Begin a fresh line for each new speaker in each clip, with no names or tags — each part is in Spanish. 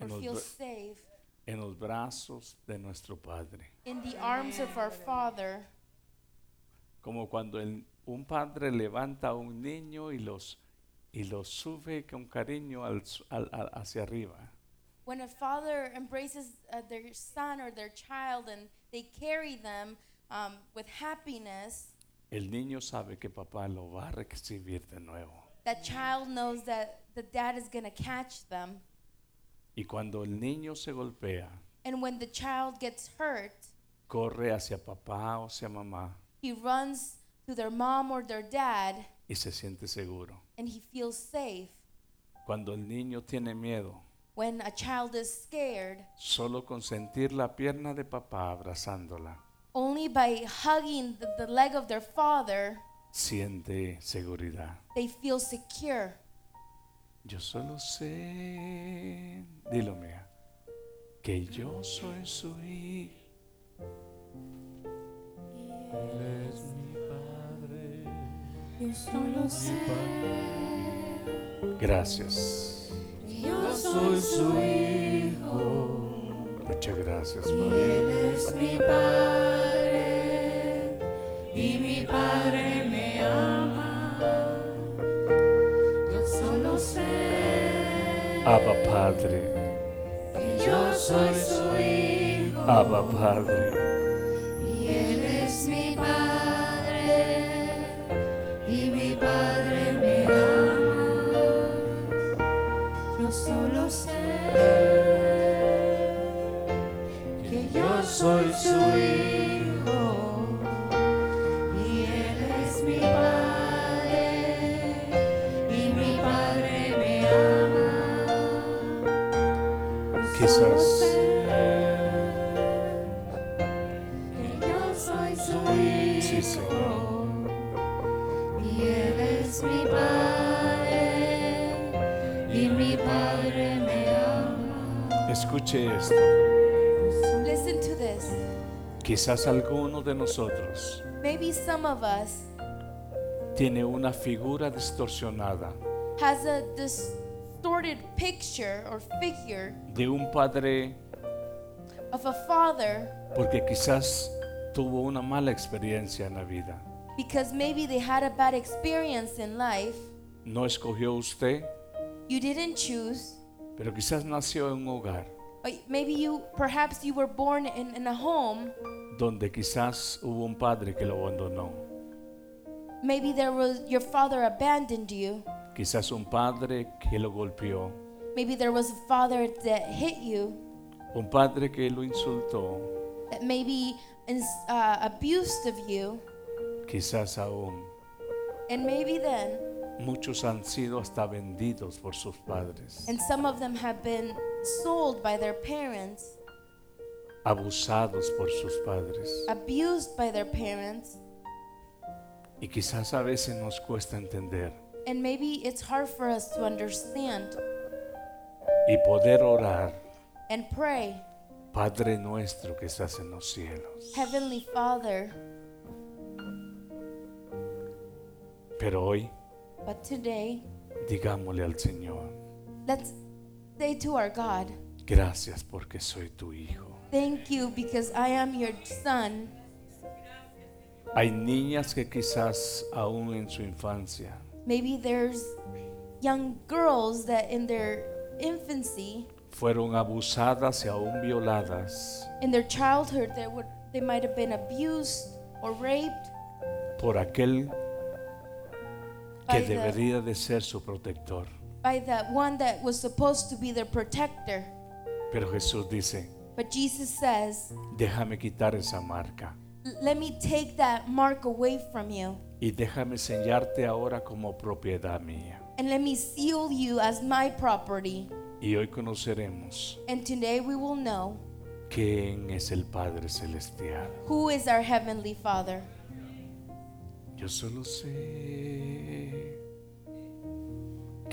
or
en los,
feel
bra-
safe
en los brazos de nuestro Padre.
in the arms of our Father,
Como cuando el- un padre levanta a un niño y los, y los sube con cariño al s- al- al- hacia arriba.
when a father embraces uh, their son or their child and they carry them um, with happiness,
El niño sabe que papá lo va a recibir de nuevo.
that child knows that the dad is going to catch them.
Y cuando el niño se golpea,
And when the child gets hurt,
corre hacia papá o hacia mamá
he runs to their mom or their dad
y se siente seguro.
and he feels safe.
Cuando el niño tiene miedo,
When a child is scared,
solo con sentir la pierna de papá abrazándola,
only by hugging the, the leg of their father,
siente seguridad.
they feel secure.
Yo solo sé, dilo mía, que yo soy su hijo. Él es mi padre.
Yo solo sé,
Gracias.
yo soy su hijo,
Muchas gracias, Padre.
Él es mi padre y mi padre me ama. Yo solo sé
Abba Padre,
que yo soy su hijo
Abba Padre,
y Él es mi padre y mi padre me ama. Yo solo sé que yo soy su hijo y él es mi padre y mi padre me ama. Yo solo
Quizás-
sé que yo soy su hijo
Sí, Señor.
y él es mi padre y mi padre me ama.
escuche esto.
Listen to this.
Quizás alguno de nosotros
Maybe some of us
tiene una figura distorsionada
has a distorted picture or figure
de un padre
of a father
porque quizás tuvo una mala experiencia en la vida.
because maybe they had a bad experience in life.
No escogió usted,
You didn't choose,
pero quizás nació en un hogar
or maybe you perhaps you were born in, in a home.
donde quizás hubo un padre que lo abandonó,
Maybe there was your father abandoned you.
quizás un padre que lo golpeó,
Maybe there was a father that hit you,
un padre que lo insultó,
that maybe ins- uh, abused of you,
quizás aún.
and maybe then,
Muchos han sido hasta vendidos por sus padres,
and some of them have been sold by their parents,
abusados por sus padres.
abused by their parents,
Y quizás a veces nos cuesta entender
and maybe it's hard for us to understand
y poder orar,
and pray.
Padre nuestro que estás en los cielos.
Heavenly Father,
Pero hoy
but today,
digámosle al Señor,
let's say to our God,
gracias porque soy tu hijo.
Thank you because I am your son.
Hay niñas que quizás aún en su infancia
Maybe there's young girls that in their infancy,
fueron abusadas y aún violadas
in their childhood, they would they might have been abused or raped
por aquel que
by the,
debería de ser su protector.
by the one that was supposed to be their protector.
Pero Jesús dice,
But Jesus says,
déjame quitar esa marca
"L- "Let me take that mark away from you
y déjame sellarte ahora como propiedad mía.
and let me seal you as my property."
Y hoy conoceremos
And today we will know
quién es el Padre Celestial.
who is our heavenly Father.
Yo solo sé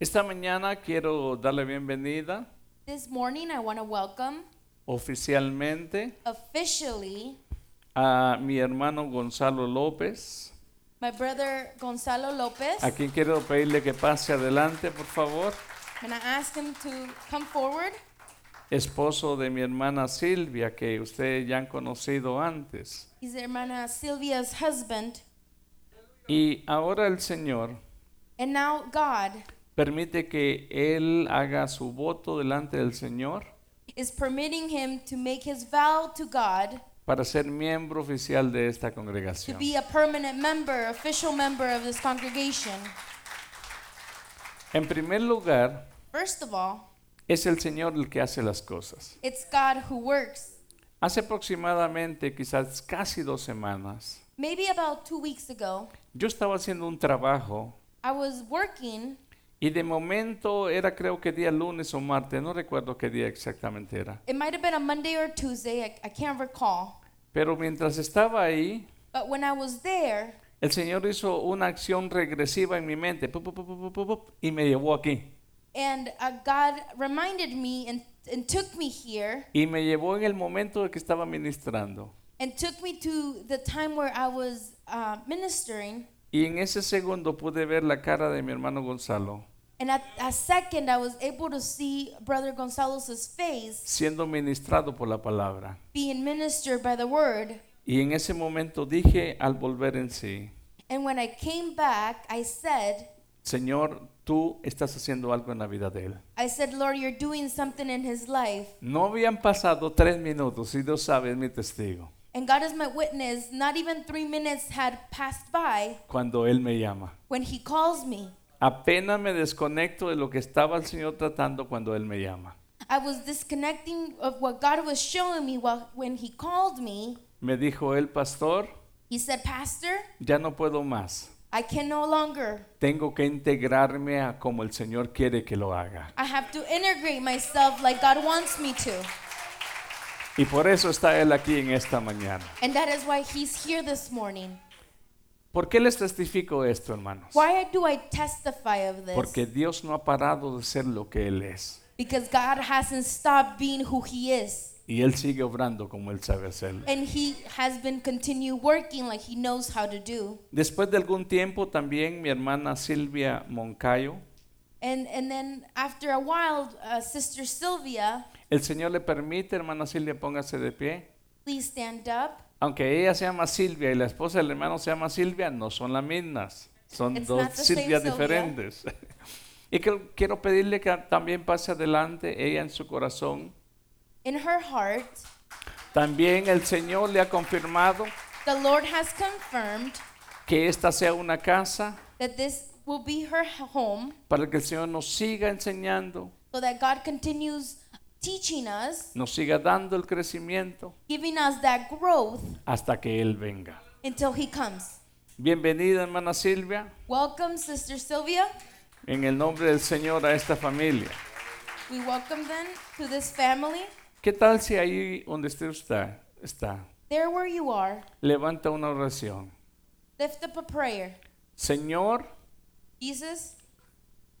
Esta mañana quiero darle bienvenida
This morning, I want to welcome
oficialmente
officially
a mi hermano Gonzalo López,
my brother Gonzalo Lopez.
a quien quiero pedirle que pase adelante, por favor,
And I ask him to come forward,
esposo de mi hermana Silvia, que ustedes ya han conocido antes.
he's hermana Silvia's husband.
Y ahora el Señor
And now God
permite que él haga su voto delante del Señor
is permitting him to make his vow to God
para ser miembro oficial de esta
to
congregación.
be a permanent member, official member of this congregation.
En primer lugar,
First of all,
es el Señor el que hace las cosas.
it's God who works.
Hace aproximadamente quizás casi dos semanas,
Maybe about two weeks ago,
yo estaba haciendo un trabajo
I was working,
y de momento era creo que día lunes o martes, no recuerdo qué día exactamente era.
it might have been a Monday or Tuesday, I, I can't recall.
Pero mientras estaba ahí,
But when I was there,
el Señor hizo una acción regresiva en mi mente pu, pu, pu, pu, pu, pu, pu, y me llevó aquí.
and uh, God reminded me and, and took me here
Y me llevó en el momento de que estaba ministrando.
and took me to the time where I was uh, ministering.
Y en ese segundo pude ver la cara de mi hermano Gonzalo
And at a second, I was able to see Brother Gonzalez's face
siendo ministrado por la palabra.
being ministered by the word.
Y en ese momento dije al volver en sí,
And when I came back, I said,
Señor, tú estás haciendo algo en la vida de él.
I said, Lord, you're doing something in his life.
No habían pasado tres minutos y Dios sabe, es mi testigo,
And God is my witness, not even three minutes had passed by
cuando él me llama.
when he calls me.
Apenas me desconecto de lo que estaba el Señor tratando cuando él me llama.
I was disconnecting of what God was showing me while, when he called me.
Me dijo el pastor,
He said, Pastor,
ya no puedo más.
I can no longer.
Tengo que integrarme a como el Señor quiere que lo haga.
I have to integrate myself like God wants me to.
Y por eso está él aquí en esta mañana.
And that is why he's here this morning.
¿Por qué les testifico esto, hermanos?
Why do I testify of this?
Porque Dios no ha parado de ser lo que él es.
because God hasn't stopped being who He is,
Y Él sigue obrando como Él sabe hacerlo.
and He has been continue working like He knows how to do.
Después de algún tiempo también mi hermana Silvia Moncayo,
And and then after a while, uh, Sister Sylvia,
el Señor le permite, hermana Silvia, póngase de pie.
please stand up.
Aunque ella se llama Silvia y la esposa del hermano se llama Silvia, no son las mismas. Son
It's
dos
not the same
Silvias
Silvia.
diferentes. Y que- quiero pedirle que también pase adelante ella en su corazón.
In her heart,
También el Señor le ha confirmado
the Lord has confirmed
que esta sea una casa
that this will be her home
para que el Señor nos siga enseñando,
so that God continues teaching us,
nos siga dando el crecimiento
giving us that growth
hasta que Él venga.
until He comes.
Bienvenida, hermana Silvia,
Welcome, Sister Sylvia.
en el nombre del Señor a esta familia.
We welcome them to this family.
¿Qué tal si ahí donde esté usted está?
There where you are,
Levanta una oración.
lift up a prayer.
Señor,
Jesus,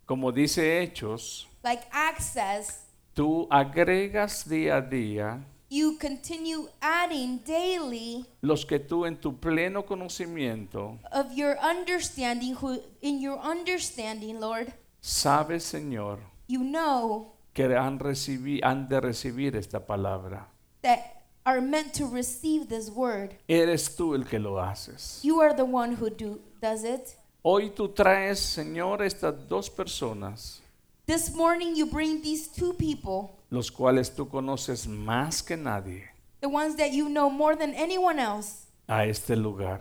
como dice Hechos,
like Acts says,
tú agregas día a día
you continue adding daily
los que tú en tu pleno conocimiento
of your understanding who in your understanding, Lord,
sabes, Señor,
you know
que han, recibi- han de recibir esta palabra.
that are meant to receive this word.
Eres tú el que lo haces.
You are the one who do does it.
Hoy tú traes, Señor, estas dos personas,
This morning you bring these two people,
los cuales tú conoces más que nadie,
the ones that you know more than anyone else,
a este lugar.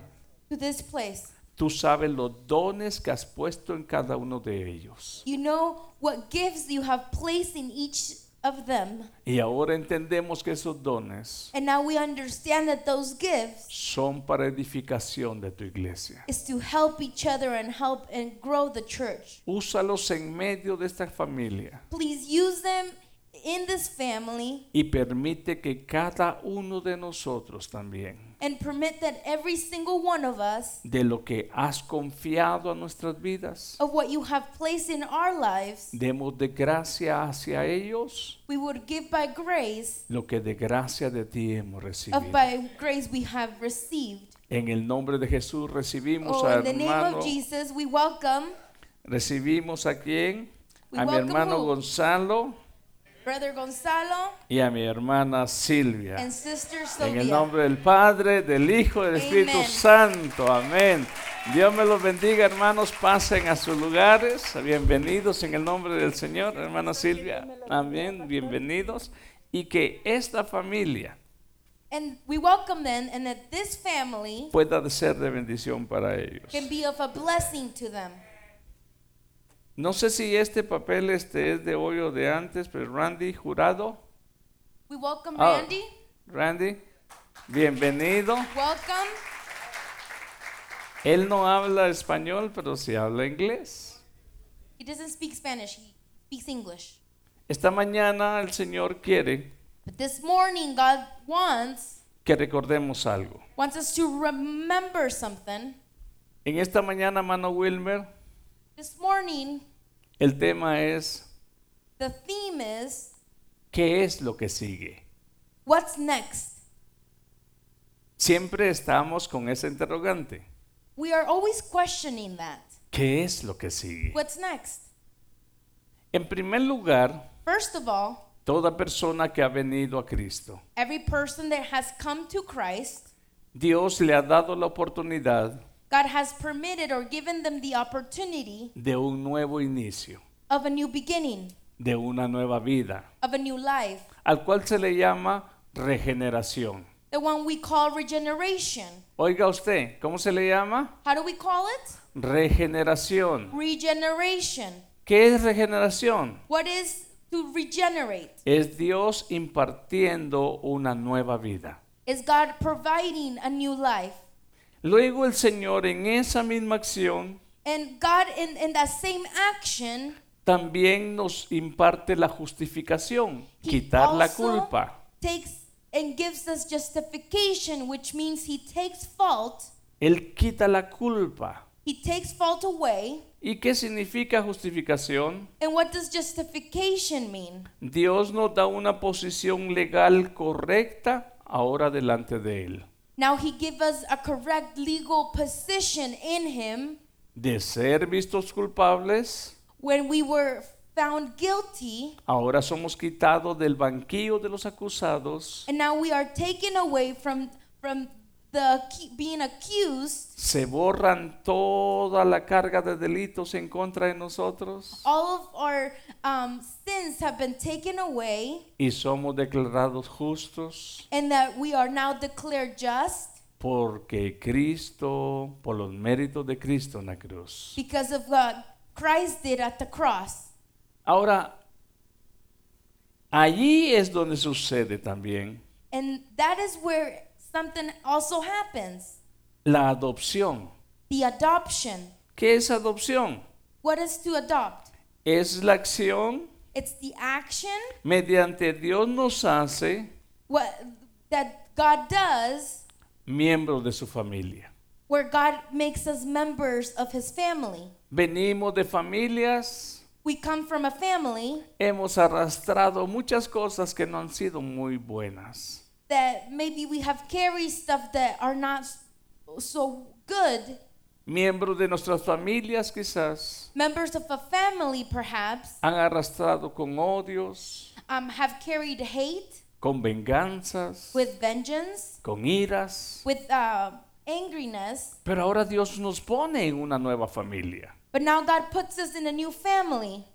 to this place.
Tú sabes los dones que has puesto en cada uno de ellos.
You know what gifts you have placed in each of them.
Y ahora entendemos que esos dones
And now we understand that those gifts
son para edificación de tu iglesia.
is to help each other and help and grow the church.
Úsalos en medio de esta familia
Please use them in this family
y permite que cada uno de nosotros también,
and permit that every single one of us
de lo que has confiado a nuestras vidas,
of what you have placed in our lives
demos de gracia hacia ellos
we would give by grace
lo que de gracia de ti hemos
of
recibido.
by grace we have received.
En el nombre de Jesús recibimos
Oh,
a
in the name
hermano,
of Jesus, we welcome
recibimos a quien,
We
a mi
welcome
hermano
who?
Gonzalo
Brother Gonzalo
y a mi hermana Silvia.
and Sister
En
Sylvia.
el nombre del Padre, del Hijo, del Espíritu
Amen.
Santo. Amén. Dios me los bendiga, hermanos. Pasen a sus lugares. Bienvenidos en el nombre del Señor, hermana Silvia. Amén. Bienvenidos. Y que esta familia
And we welcome them and that this family
pueda ser de bendición para ellos.
can be of a blessing to them.
No sé si este papel este es de hoy o de antes, pero Randy Jurado.
We welcome
Ah.
Randy.
Randy, bienvenido.
Welcome.
Él no habla español, pero sí habla inglés.
He doesn't speak Spanish, he speaks English.
Esta mañana el Señor quiere
But this morning God wants
que recordemos algo.
wants us to remember something.
En esta mañana, mano Wilmer,
This morning
el tema es
the theme is
¿qué es lo que sigue?
what's next?
Siempre estamos con ese interrogante.
We are always questioning that.
¿Qué es lo que sigue?
What's next?
En primer lugar,
First of all,
toda persona que ha venido a Cristo,
every person that has come to Christ,
Dios le ha dado la oportunidad
God has permitted or given them the opportunity
de un nuevo inicio,
of a new beginning,
de una nueva vida,
of a new life,
al cual se le llama regeneración.
the one we call regeneration.
Oiga usted, ¿cómo se le llama?
How do we call it?
Regeneración.
Regeneration.
¿Qué es regeneración?
What is to regenerate?
es Dios impartiendo una nueva vida.
Is God providing a new life?
Luego el Señor en esa misma acción
And God, in, in that same action,
también nos imparte la justificación,
He
quitar la
also
culpa.
takes and gives us justification, which means He takes fault,
Él quita la culpa.
He takes fault away.
¿Y qué significa justificación?
And what does justification mean?
Dios nos da una posición legal correcta ahora delante de Él.
Now he give us a correct legal position in him
De ser vistos culpables,
when we were found guilty,
ahora somos quitados del banquillo de los acusados
and now we are taken away from from the acu- being accused,
se borran toda la carga de delitos en contra de nosotros
all of our um, sins have been taken away,
y somos declarados justos
and that we are now declared just
porque Cristo, por los méritos de Cristo en la cruz.
because of what Christ did at the cross.
Ahora, allí es donde sucede también
And that is where something also happens
la adopción.
the adoption.
¿Qué es adopción?
What is to adopt?
Es la acción
It's the action
mediante Dios nos hace
what, that God does
miembros de su familia.
where God makes us members of his family.
Venimos de familias,
We come from a family
hemos arrastrado muchas cosas que no han sido muy buenas.
that maybe we have carried stuff that are not so good.
Miembros de nuestras familias quizás
Members of a family, perhaps,
han arrastrado con odios,
um, have carried hate
con venganzas,
with vengeance,
con iras.
with uh, angriness.
Pero ahora Dios nos pone en una nueva familia.
But now God puts us in a new family.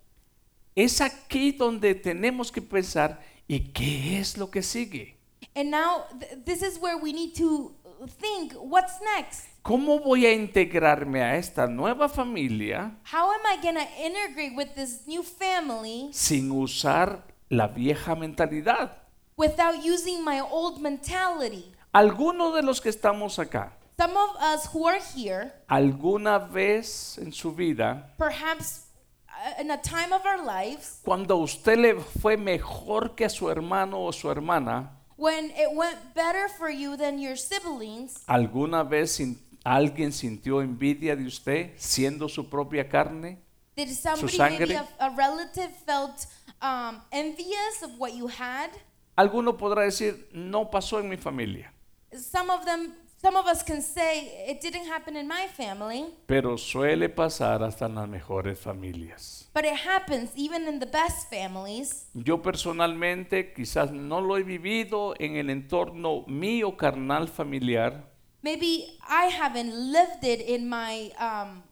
Es aquí donde tenemos que pensar, ¿y qué es lo que sigue?
And now th- this is where we need to think what's next?
¿Cómo voy a integrarme a esta nueva familia
How am I going to integrate with this new family
sin usar la vieja mentalidad?
without using my old mentality?
Algunos de los que estamos acá,
Some of us who are here,
alguna vez en su vida,
perhaps uh, in a time of our lives
cuando a usted le fue mejor que a su hermano o su hermana,
when it went better for you than your siblings,
¿alguna vez sin- alguien sintió envidia de usted siendo su propia carne?
did somebody, maybe a,
sangre.
a relative, felt um, envious of what you had?
Alguno podrá decir, no pasó en mi familia.
Some of them, some of us can say it didn't happen in my family.
pero suele pasar hasta en las mejores familias.
But it happens even in the best families.
Yo personalmente quizás no lo he vivido en el entorno mío carnal familiar,
Maybe I haven't lived it in my um,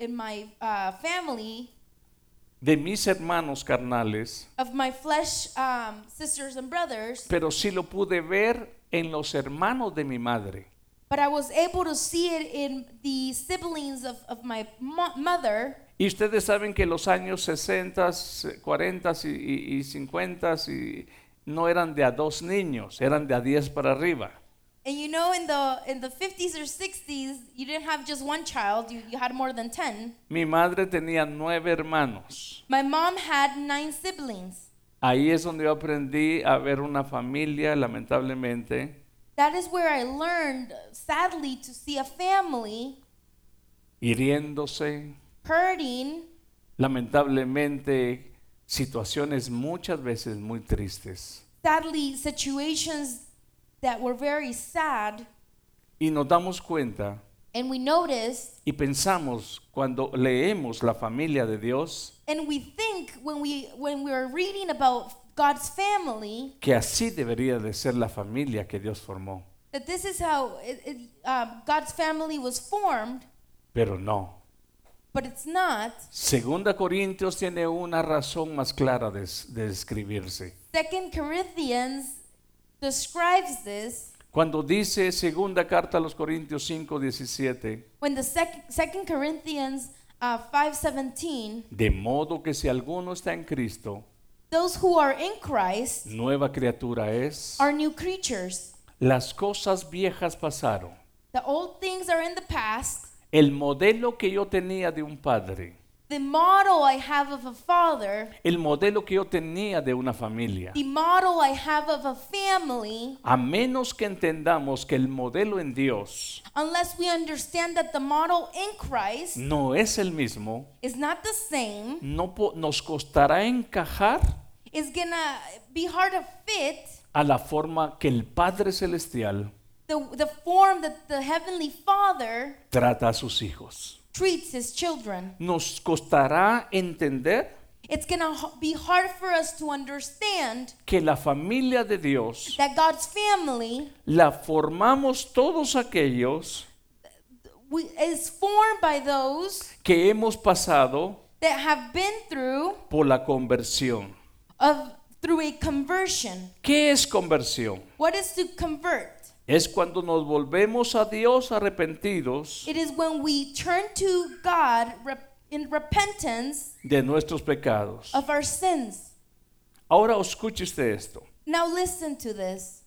in my uh, family
de mis hermanos carnales,
of my flesh um, sisters and brothers,
pero sí lo pude ver en los hermanos de mi madre.
but I was able to see it in the siblings of, of my mo- mother.
Y ustedes saben que los años 60, 40 y, y- y 50 y no eran de a dos niños, eran de a 10 para arriba.
And you know, in the in the 50s or 60s, you didn't have just one child; you, you had more than 10.
Mi madre tenía nueve hermanos.
My mom had nine siblings.
Ahí es donde yo aprendí a ver una familia, lamentablemente,
That is where I learned, sadly, to see a family
hiriéndose,
hurting
lamentablemente, situaciones muchas veces muy tristes.
sadly situations that were very sad
Y nos damos cuenta
and we noticed
y pensamos cuando leemos la familia de Dios
and we think when we when we are reading about God's family
que así debería de ser la familia que Dios formó.
that this is how it, it, um, God's family was formed
Pero no.
but it's not
Segunda Corintios tiene una razón más clara de, de describirse.
second Corinthians describes this
Cuando dice segunda carta a los Corintios 5, 17,
when the sec- second Corinthians uh, 5:17
De modo que si alguno está en Cristo,
those who are in Christ
nueva criatura es.
are new creatures
Las cosas viejas pasaron.
the old things are in the past
El modelo que yo tenía de un padre,
the model I have of a father,
el modelo que yo tenía de una familia,
the model I have of a family,
a menos que entendamos que el modelo en Dios
unless we understand that the model in Christ
no es el mismo,
is not the same,
no po- nos costará encajar
is gonna be hard to fit
a la forma que el Padre Celestial
the, the form that the Heavenly Father
trata a sus hijos.
treats his children.
Nos costará entender
It's going to be hard for us to understand
que la familia de Dios
that God's family
la formamos todos aquellos
we, is formed by those
que hemos pasado
that have been through
por la conversión.
of through a conversion.
¿Qué es conversión?
What is to convert?
Es cuando nos volvemos a Dios arrepentidos
It is when we turn to God rep- in repentance
de nuestros pecados.
of our sins.
Ahora escuche usted esto.
Now listen to this.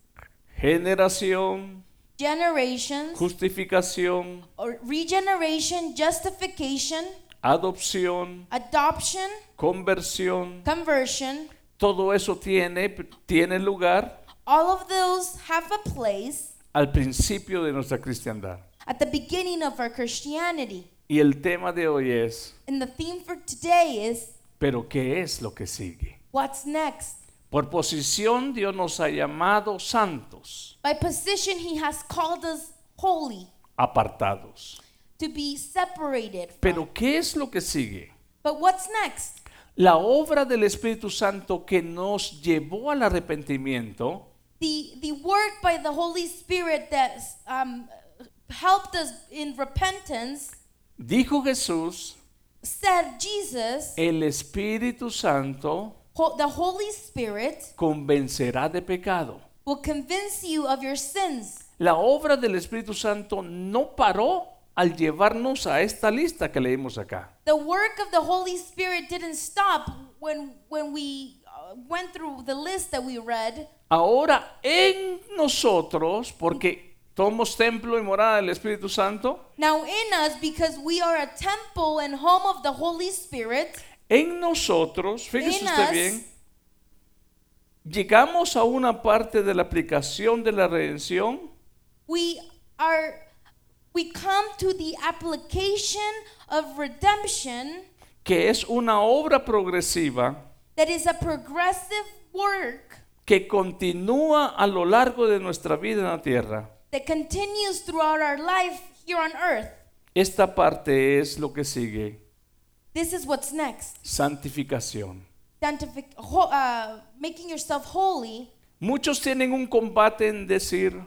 Generación,
Generation
justificación,
or regeneration, justification,
adopción,
adoption,
conversión,
conversion,
todo eso tiene, tiene lugar
all of those have a place
al principio de nuestra cristiandad.
at the beginning of our Christianity.
Y el tema de hoy es,
And the theme for today is
pero ¿qué es lo que sigue?
what's next?
Por posición Dios nos ha llamado santos,
By position, he has called us holy,
apartados.
to be separated. From.
Pero ¿qué es lo que sigue?
But what's next?
La obra del Espíritu Santo que nos llevó al arrepentimiento
The, the work by the Holy Spirit that um, helped us in repentance
Dijo Jesús,
said, Jesus,
el Espíritu Santo
ho- the Holy Spirit
convencerá de pecado.
will convince you of your sins.
La obra del Espíritu Santo no paró al llevarnos a esta lista que leímos acá.
The work of the Holy Spirit didn't stop when, when we uh, went through the list that we read.
Ahora en nosotros, porque somos templo y morada del Espíritu Santo,
Now, in us, because we are a temple and home of the Holy Spirit,
en nosotros, fíjese
In
usted
us.
bien, llegamos a una parte de la aplicación de la redención
we are we come to the application of redemption
que es una obra progresiva
that is a progressive work
que continúa a lo largo de nuestra vida en la tierra.
that continues throughout our life here on earth
Esta parte es lo que sigue,
this is what's next
santificación.
Sanctific- ho- uh, making yourself holy
Muchos tienen un combate en decir,
uh,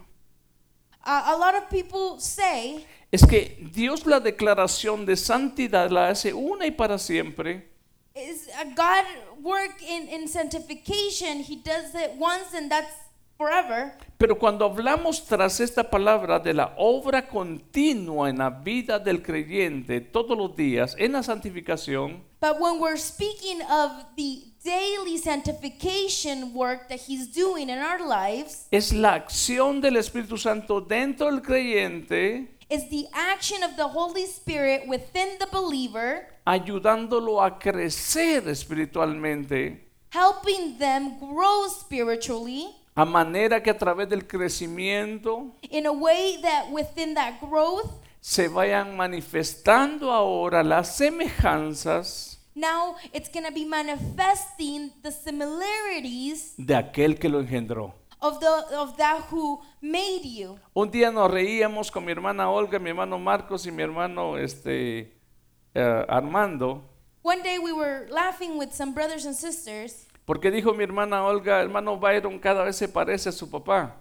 a lot of people say
es que Dios la declaración de santidad la hace una y para siempre,
is uh, god work in, in sanctification he does it once and that's forever
pero cuando hablamos tras esta palabra de la obra continua en la vida del creyente todos los días en la santificación,
But when we're speaking of the daily sanctification work that He's doing in our lives,
es la acción del Espíritu Santo dentro del creyente
is the action of the Holy Spirit within the believer,
ayudándolo a crecer espiritualmente,
helping them grow spiritually
a manera que a través del crecimiento
in a way that within that growth,
se vayan manifestando ahora las semejanzas
now it's going to be manifesting the similarities
de aquel que lo engendró.
of the of that who made you.
Un día nos reíamos con mi hermana Olga, mi hermano Marcos y mi hermano este, eh, Armando,
One day we were laughing with some brothers and sisters
porque dijo mi hermana Olga, hermano Byron cada vez se parece a su papá.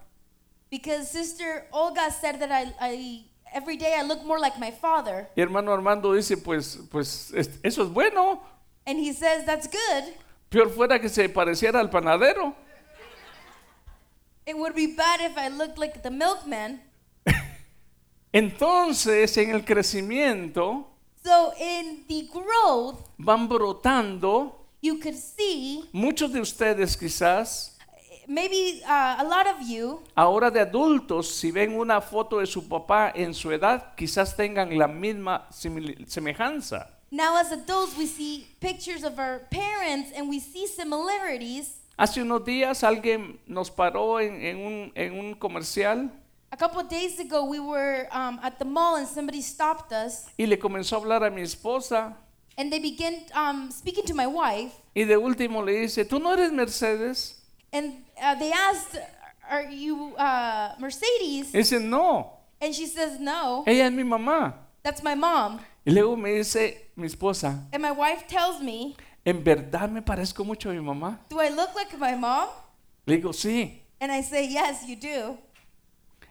Because Sister Olga said that I, I every day I look more like my father,
Y hermano Armando dice, pues, pues es- eso es bueno,
and he says that's good.
peor fuera que se pareciera al panadero.
It would be bad if I looked like the milkman.
Entonces, en el crecimiento
So in the growth,
van brotando
you could see
muchos de ustedes quizás
maybe uh, a lot of you
ahora de adultos si ven una foto de su papá en su edad, quizás tengan la misma simili- semejanza.
now as adults we see pictures of our parents and we see similarities.
Hace unos días alguien nos paró en, en un, en un comercial
A couple of days ago we were um, at the mall and somebody stopped us
y le comenzó a hablar a mi esposa
and they began um, speaking to my wife
y de último le dice, ¿tú no eres Mercedes?
and uh, they asked, "Are you uh, Mercedes?"
Y dice, no,
And she says, No,
ella es mi mamá.
that's my mom.
Y luego me dice mi esposa,
And my wife tells me,
¿en verdad me parezco mucho a mi mamá?
Do I look like my mom?
Le digo, sí.
And I say, Yes, you do.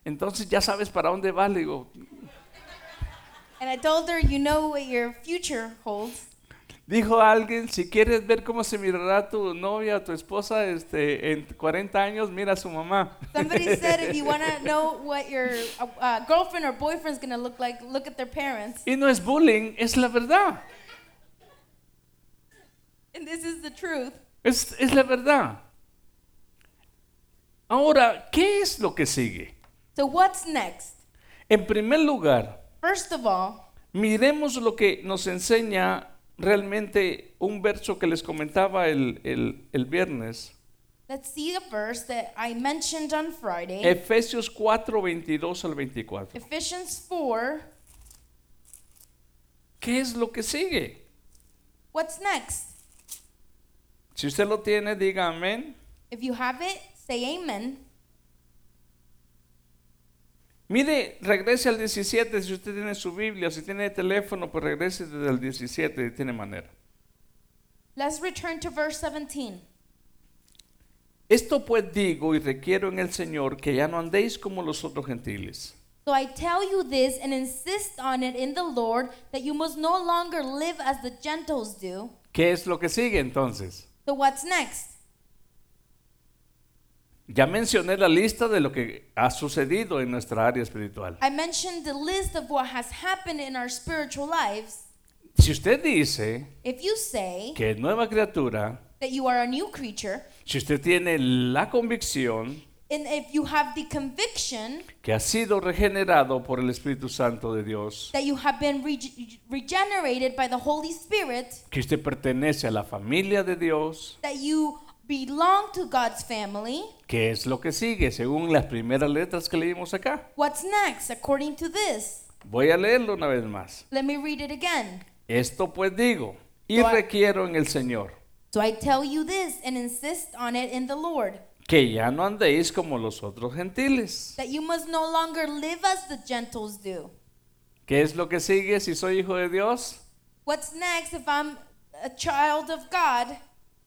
Entonces ya sabes para dónde vas. Le digo,
And I told her, You know what your future holds.
dijo alguien, si quieres ver cómo se mirará tu novia, tu esposa, este, en 40 años, mira a su mamá.
Somebody said, If you want to know what your uh, uh, girlfriend or boyfriend's going to look like, look at their parents.
Y no es bullying, es la verdad.
And this is the truth.
Es, es la verdad. Ahora, ¿qué es lo que sigue?
So, what's next?
En primer lugar,
First of all,
Miremos lo que nos enseña realmente un verso que les comentaba el, el- el viernes.
let's see the verse that I mentioned on Friday
Efesios 4, 22 al 24.
Ephesians 4.
¿Qué es lo que sigue?
What's next?
Si usted lo tiene, diga amén.
If you have it, say amen.
Mire, regrese al 17 si usted tiene su Biblia, si tiene teléfono, pues regrese desde el 17, tiene manera.
Let's return to verse 17.
Esto pues digo y requiero en el Señor que ya no andéis como los otros gentiles.
So I tell you this and insist on it in the Lord that you must no longer live as the Gentiles do.
¿Qué es lo que sigue entonces?
So what's next?
Ya mencioné la lista de lo que ha sucedido en nuestra área espiritual.
I mentioned the list of what has happened in our spiritual lives.
Si usted dice
If you say
que es nueva criatura,
that you are a new creature,
si usted tiene la convicción
and if you have the conviction
que ha sido regenerado por el Espíritu Santo de Dios,
that you have been reg- regenerated by the Holy Spirit,
que usted pertenece a la familia de Dios,
that you belong to God's family,
¿qué es lo que sigue según las primeras letras que leímos acá?
what's next according to this?
Voy a leerlo una vez más.
Let me read it again.
Esto pues digo y
Yo-
requiero en el Señor
So I tell you this and insist on it in the Lord
que ya no andéis como los otros gentiles.
that you must no longer live as the Gentiles do.
¿Qué es lo que sigue si soy hijo de Dios?
What's next if I'm a child of God?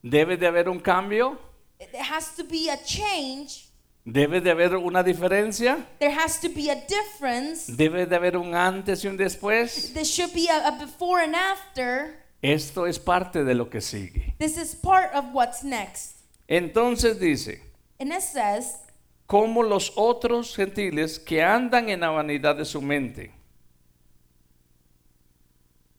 Debe de haber un cambio,
It has to be a change.
debe de haber una diferencia,
There has to be a difference.
debe de haber un antes y un después.
There should be a, a before and after.
Esto es parte de lo que sigue.
This is part of what's next.
Entonces dice,
And it says,
como los otros gentiles que andan en la vanidad de su mente.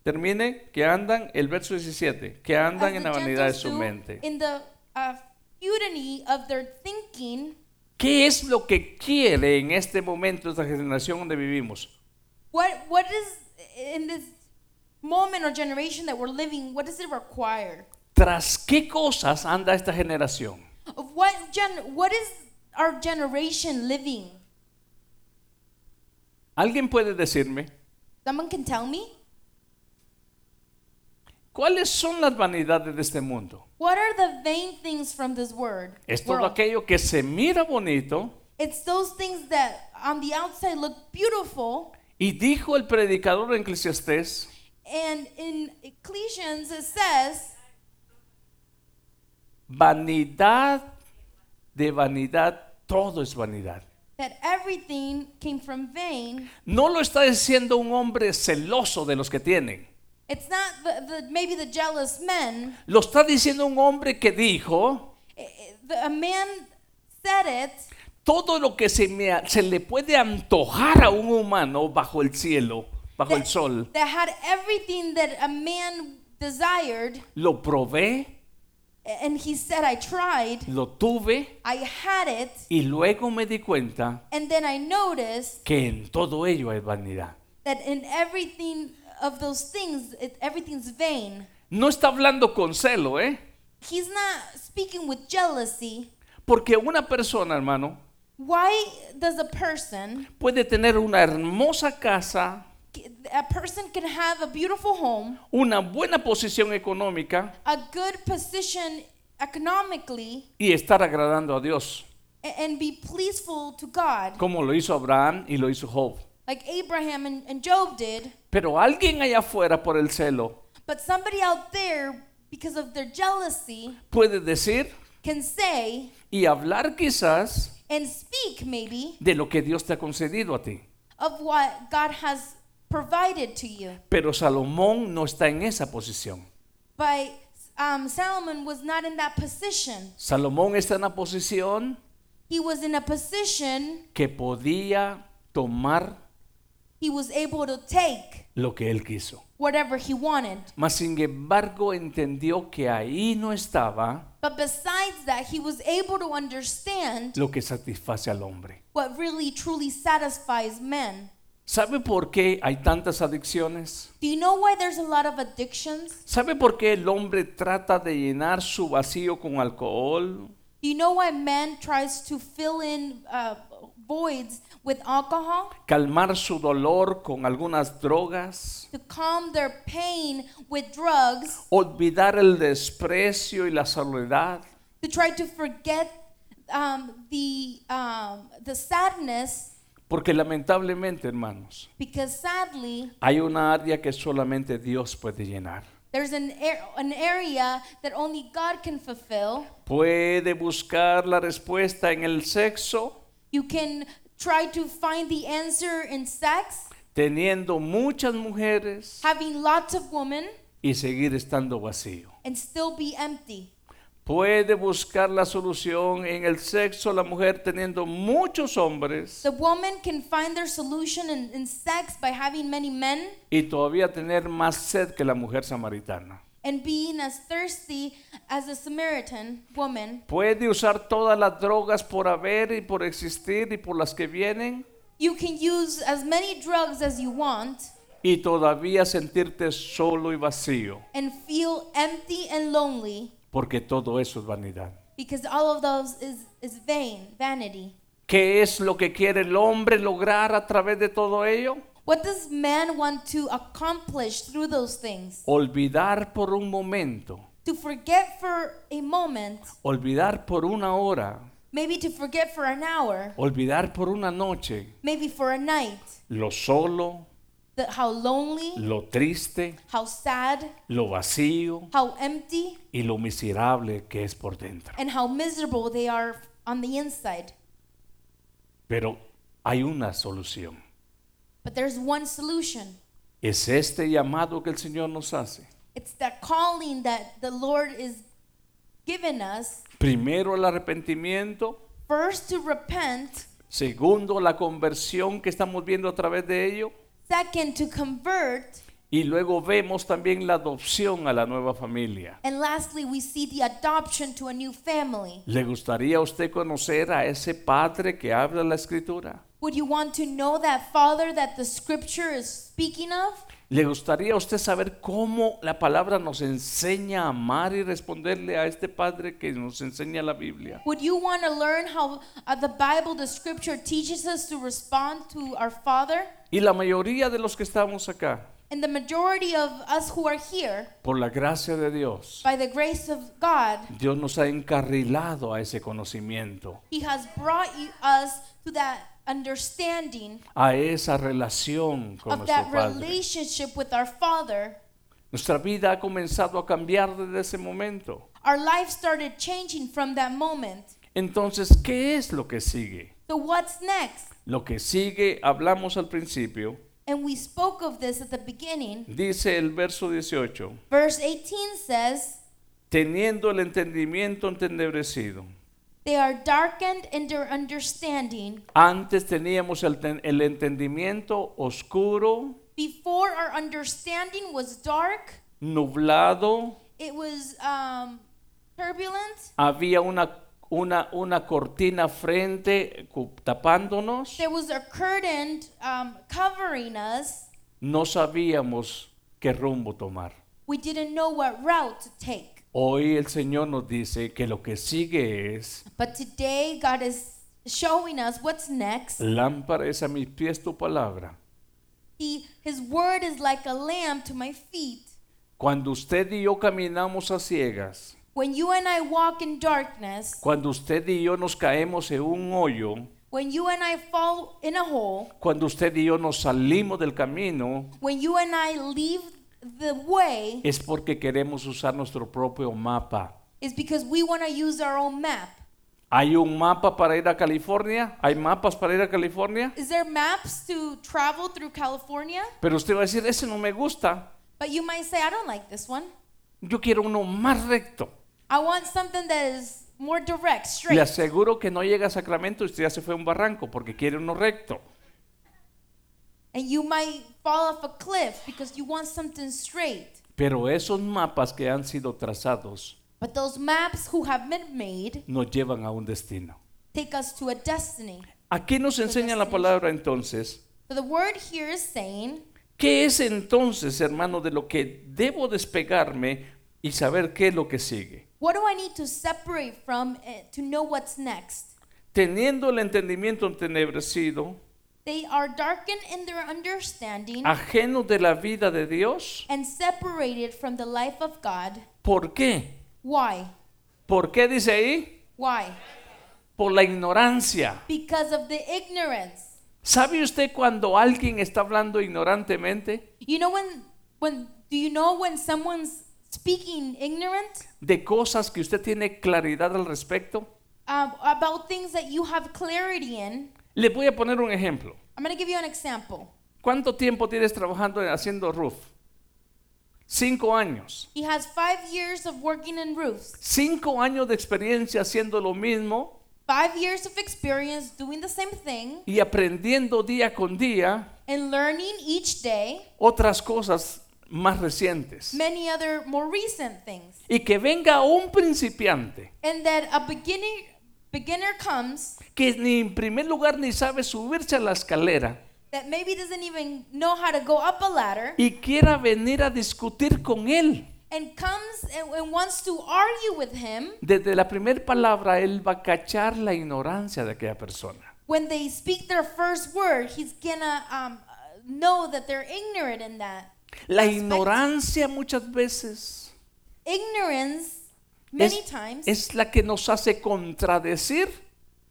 Termine, que andan, el verso 17, que andan
as
en
the
la vanidad de
Gentiles
su
do
mente.
in the uh, futility of their thinking,
¿Qué es lo que quiere en este momento esta generación donde vivimos?
What what is in this moment or generation that we're living? What does it require?
¿Tras qué cosas anda esta generación?
Of what gen? What is our generation living?
¿Alguien puede decirme
Someone can tell me.
cuáles son las vanidades de este mundo?
What are the vain things from this word?
Es todo
world?
aquello que se mira bonito
It's those things that on the outside look beautiful,
y dijo el predicador en Eclesiastés,
and in Ecclesians it says
vanidad de vanidad, todo es vanidad.
that everything came from vain.
No lo está diciendo un hombre celoso de los que tienen.
It's not the, the maybe the jealous men.
Lo está diciendo un hombre que dijo,
I- I- the- a man said it.
todo lo que se, me a- se le puede antojar a un humano bajo el cielo, bajo el sol,
that had everything that a man desired
lo probé,
and he said i tried
lo tuve
i had it
y luego me di cuenta
and then i noticed
que en todo ello hay vanidad.
that in everything of those things it, everything's vain
No está hablando con celo, ¿eh?
he's not speaking with jealousy
Porque una persona, hermano,
why does a person
puede tener una hermosa casa,
a person can have a beautiful home
una buena posición económica
a good position economically
y estar agradando a Dios,
a- and be pleaseful to god
como lo hizo Abraham y lo hizo Job.
like abraham and, and job did
Pero alguien allá afuera por el celo
But somebody out there because of their jealousy,
puede decir
can say
y hablar quizás
and speak maybe
de lo que Dios te ha concedido a ti.
of what God has provided to you.
Pero Salomón no está en esa posición.
But um, Solomon was not in that position.
Salomón está en la posición
He was in a position
que podía tomar
he was able to take
lo que él quiso.
whatever he wanted.
Mas sin embargo entendió que ahí no estaba
But besides that, he was able to understand
lo que satisface al hombre.
what really truly satisfies men.
¿Sabe por qué hay tantas adicciones?
Do you know why there's a lot of addictions?
¿Sabe por qué el hombre trata de llenar su vacío con alcohol,
Do you know why man tries to fill in uh, voids with alcohol?
calmar su dolor con algunas drogas,
To calm their pain with drugs,
olvidar el desprecio y la soledad?
to try to forget um, the, um, the sadness,
Porque lamentablemente, hermanos,
because sadly,
hay una área que solamente Dios puede llenar.
there's an, ar- an area that only God can fulfill.
Puede buscar la respuesta en el sexo,
You can try to find the answer in sex,
teniendo muchas mujeres
having lots of women,
y seguir estando vacío.
and still be empty.
Puede buscar la solución en el sexo, la mujer teniendo muchos hombres
The woman can find their solution in, in sex by having many men
y todavía tener más sed que la mujer samaritana.
and being as thirsty as a Samaritan woman.
Puede usar todas las drogas por haber y por existir y por las que vienen
You can use as many drugs as you want
y todavía sentirte solo y vacío,
and feel empty and lonely
porque todo eso es vanidad.
because all of those is, is vain, vanity.
¿Qué es lo que quiere el hombre lograr a través de todo ello?
What does man want to accomplish through those things?
Olvidar por un momento,
To forget for a moment
olvidar por una hora,
Maybe to forget for an hour,
olvidar por una noche,
maybe for a night.
lo solo,
The, how lonely,
lo triste,
how sad,
lo vacío
how empty,
y lo miserable que es por dentro.
and how miserable they are on the inside.
Pero hay una solución.
But there's one solution
Es este llamado que el Señor nos hace.
it's that calling that the Lord is giving us
Primero el arrepentimiento,
first to repent,
Segundo, la conversión que estamos viendo a través de ello.
second to convert,
Y luego vemos también la adopción a la nueva familia.
and lastly, we see the adoption to a new family.
¿Le gustaría a usted conocer a ese padre que habla la escritura?
Would you want to know that Father that the scripture is speaking of?
¿Le gustaría a usted saber cómo la palabra nos enseña a amar y responderle a este padre que nos enseña la Biblia?
Would you want to learn how uh, the Bible, the scripture teaches us to respond to our Father?
Y la mayoría de los que estamos acá,
And the majority of us who are here,
por la gracia de Dios,
by the grace of God,
Dios nos ha encarrilado a ese conocimiento,
He has brought you, us to that understanding
a esa relación con
of
nuestro
that
Padre.
relationship with our Father.
Nuestra vida ha comenzado a cambiar desde ese momento.
Our life started changing from that moment.
Entonces, ¿qué es lo que sigue?
So, what's next?
Lo que sigue, hablamos al principio,
And we spoke of this at the beginning.
dice el verso 18,
Verse 18 says,
teniendo el entendimiento entenebrecido.
They are darkened in their understanding,
Antes teníamos el, ten- el entendimiento oscuro,
before our understanding was dark,
nublado,
it was um, turbulent.
había una, una, una cortina frente cu- tapándonos,
There was a curtain um, covering us.
no sabíamos qué rumbo tomar.
We didn't know what route to take.
Hoy el Señor nos dice que lo que sigue es
But today, God is showing us what's next.
Lámpara es a mis pies tu palabra.
He, his word is like a lamp to my feet.
Cuando usted y yo caminamos a ciegas,
When you and I walk in darkness,
cuando usted y yo nos caemos en un hoyo,
when you and I fall in a hole,
cuando usted y yo nos salimos del camino,
when you and I leave the way
es porque queremos usar nuestro propio mapa.
is because we want to use our own map.
¿Hay un mapa para ir a California? ¿Hay mapas para ir a California?
Is there maps to travel through California?
Pero usted va a decir, ese no me gusta.
But you might say, I don't like this one.
Yo quiero uno más recto.
I want something that is more direct, straight.
Le aseguro que no llega a Sacramento y usted ya se fue a un barranco porque quiere uno recto.
And you might fall off a cliff because you want something straight.
Pero esos mapas que han sido trazados
But those maps who have been made
nos llevan a un destino.
take us to a destiny.
Aquí nos enseña la palabra entonces.
So the word here is saying,
¿Qué es entonces, hermano, de lo que debo despegarme y saber qué es lo que sigue?
what do I need to separate from eh, to know what's next?
Teniendo el entendimiento entenebrecido,
They are darkened in their understanding
Ah. ajenos de la vida de Dios.
and separated from the life of God.
¿Por qué?
Why?
¿Por qué dice ahí?
Why?
Por la ignorancia.
Because of the ignorance.
¿Sabe usted cuando alguien está hablando ignorantemente
You know when when do you know when someone's speaking ignorant
de cosas que usted tiene claridad al respecto?
um, about things that you have clarity in?
Le voy a poner un ejemplo.
I'm gonna give you an example.
¿Cuánto tiempo tienes trabajando haciendo roof? Cinco años.
He has five years of working in roofs,
Cinco años de experiencia haciendo lo mismo
five years of experience doing the same thing
y aprendiendo día con día
and learning each day
otras cosas más recientes.
many other more recent things.
Y que venga un principiante
And that a beginning beginner comes
que ni en primer lugar ni sabe subirse a la escalera
that maybe doesn't even know how to go up a ladder
y quiera venir a discutir con él.
and comes and, and wants to argue with him
Desde la primera palabra él va a cachar la ignorancia de aquella persona.
when they speak their first word, he's gonna um, uh, know that they're ignorant in that.
La
aspect.
ignorancia muchas veces
Ignorance, many
es,
times,
es la que nos hace contradecir.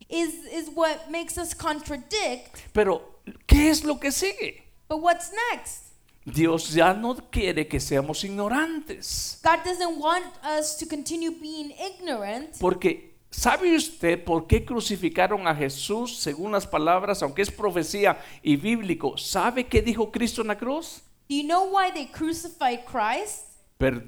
is is what makes us contradict.
Pero, ¿qué es lo que sigue?
But what's next?
Dios ya no quiere que seamos ignorantes.
God doesn't want us to continue being ignorant
Porque, ¿sabe usted por qué crucificaron a Jesús según las palabras, aunque es profecía y bíblico? ¿Sabe qué dijo Cristo en la cruz?
Do you know why they crucified Christ?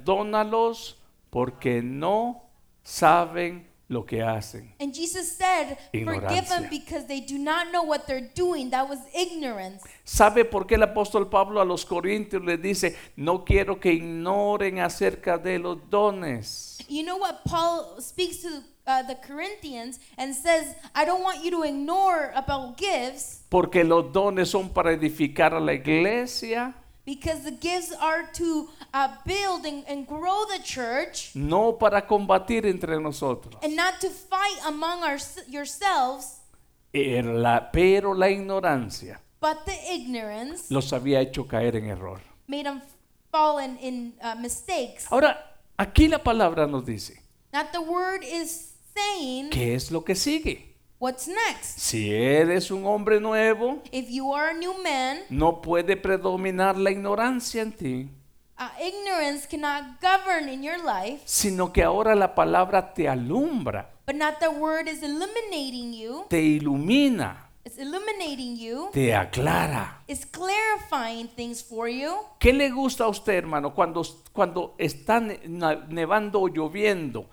Perdónalos porque no saben lo que hacen.
And Jesus said, "Forgive them
Ignorancia.
because they do not know what they're doing." That was ignorance.
¿Sabe por qué el apóstol Pablo a los corintios les dice, no quiero que ignoren acerca de los dones?
You know what Paul speaks to uh, the Corinthians and says, "I don't want you to ignore about gifts."
Porque los dones son para edificar a la iglesia,
Because the gifts are to uh, build and, and grow the church
no para combatir entre nosotros.
and not to fight among our, yourselves,
Eh, la- pero la ignorancia
but the ignorance
los había hecho caer en error.
made them fall in, in uh, mistakes.
Ahora, aquí la palabra nos dice,
Not the word is saying
¿qué es lo que sigue?
what's next.
Si eres un hombre nuevo,
If you are a new man,
no puede predominar la ignorancia en ti,
uh, ignorance cannot govern in your life,
sino que ahora la palabra te alumbra,
but not the word is illuminating you.
te ilumina,
It's illuminating you.
te aclara.
It's clarifying things for you.
¿Qué le gusta a usted, hermano, cuando, cuando está ne- na- nevando o lloviendo?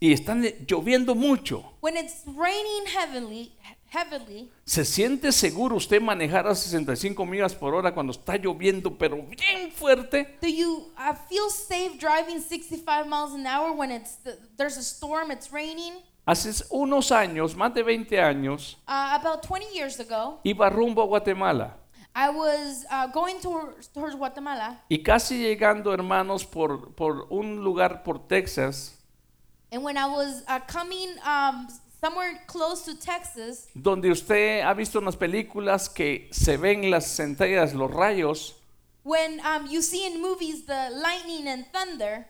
Y está ne- lloviendo mucho.
When it's raining heavily, heavily,
¿Se siente seguro usted manejar a 65 millas por hora cuando está lloviendo, pero bien fuerte?
Do you I feel safe driving 65 miles an hour when it's the, there's a storm, it's raining?
Hace unos años, más de 20 años,
Uh, about 20 years ago,
iba rumbo a Guatemala.
I was uh, going towards, towards Guatemala,
Y casi llegando, hermanos, por, por un lugar por Texas,
and when I was uh, coming um, somewhere close to Texas,
donde usted ha visto en las películas que se ven las centellas, los rayos.
when um, you see in movies the lightning and thunder,